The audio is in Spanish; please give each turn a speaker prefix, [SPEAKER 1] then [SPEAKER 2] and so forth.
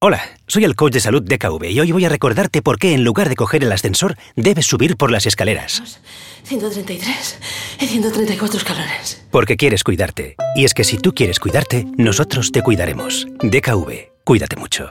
[SPEAKER 1] Hola, soy el coach de salud DKV y hoy voy a recordarte por qué en lugar de coger el ascensor debes subir por las escaleras.
[SPEAKER 2] 133 y 134 escalones.
[SPEAKER 1] Porque quieres cuidarte. Y es que si tú quieres cuidarte, nosotros te cuidaremos. DKV, cuídate mucho.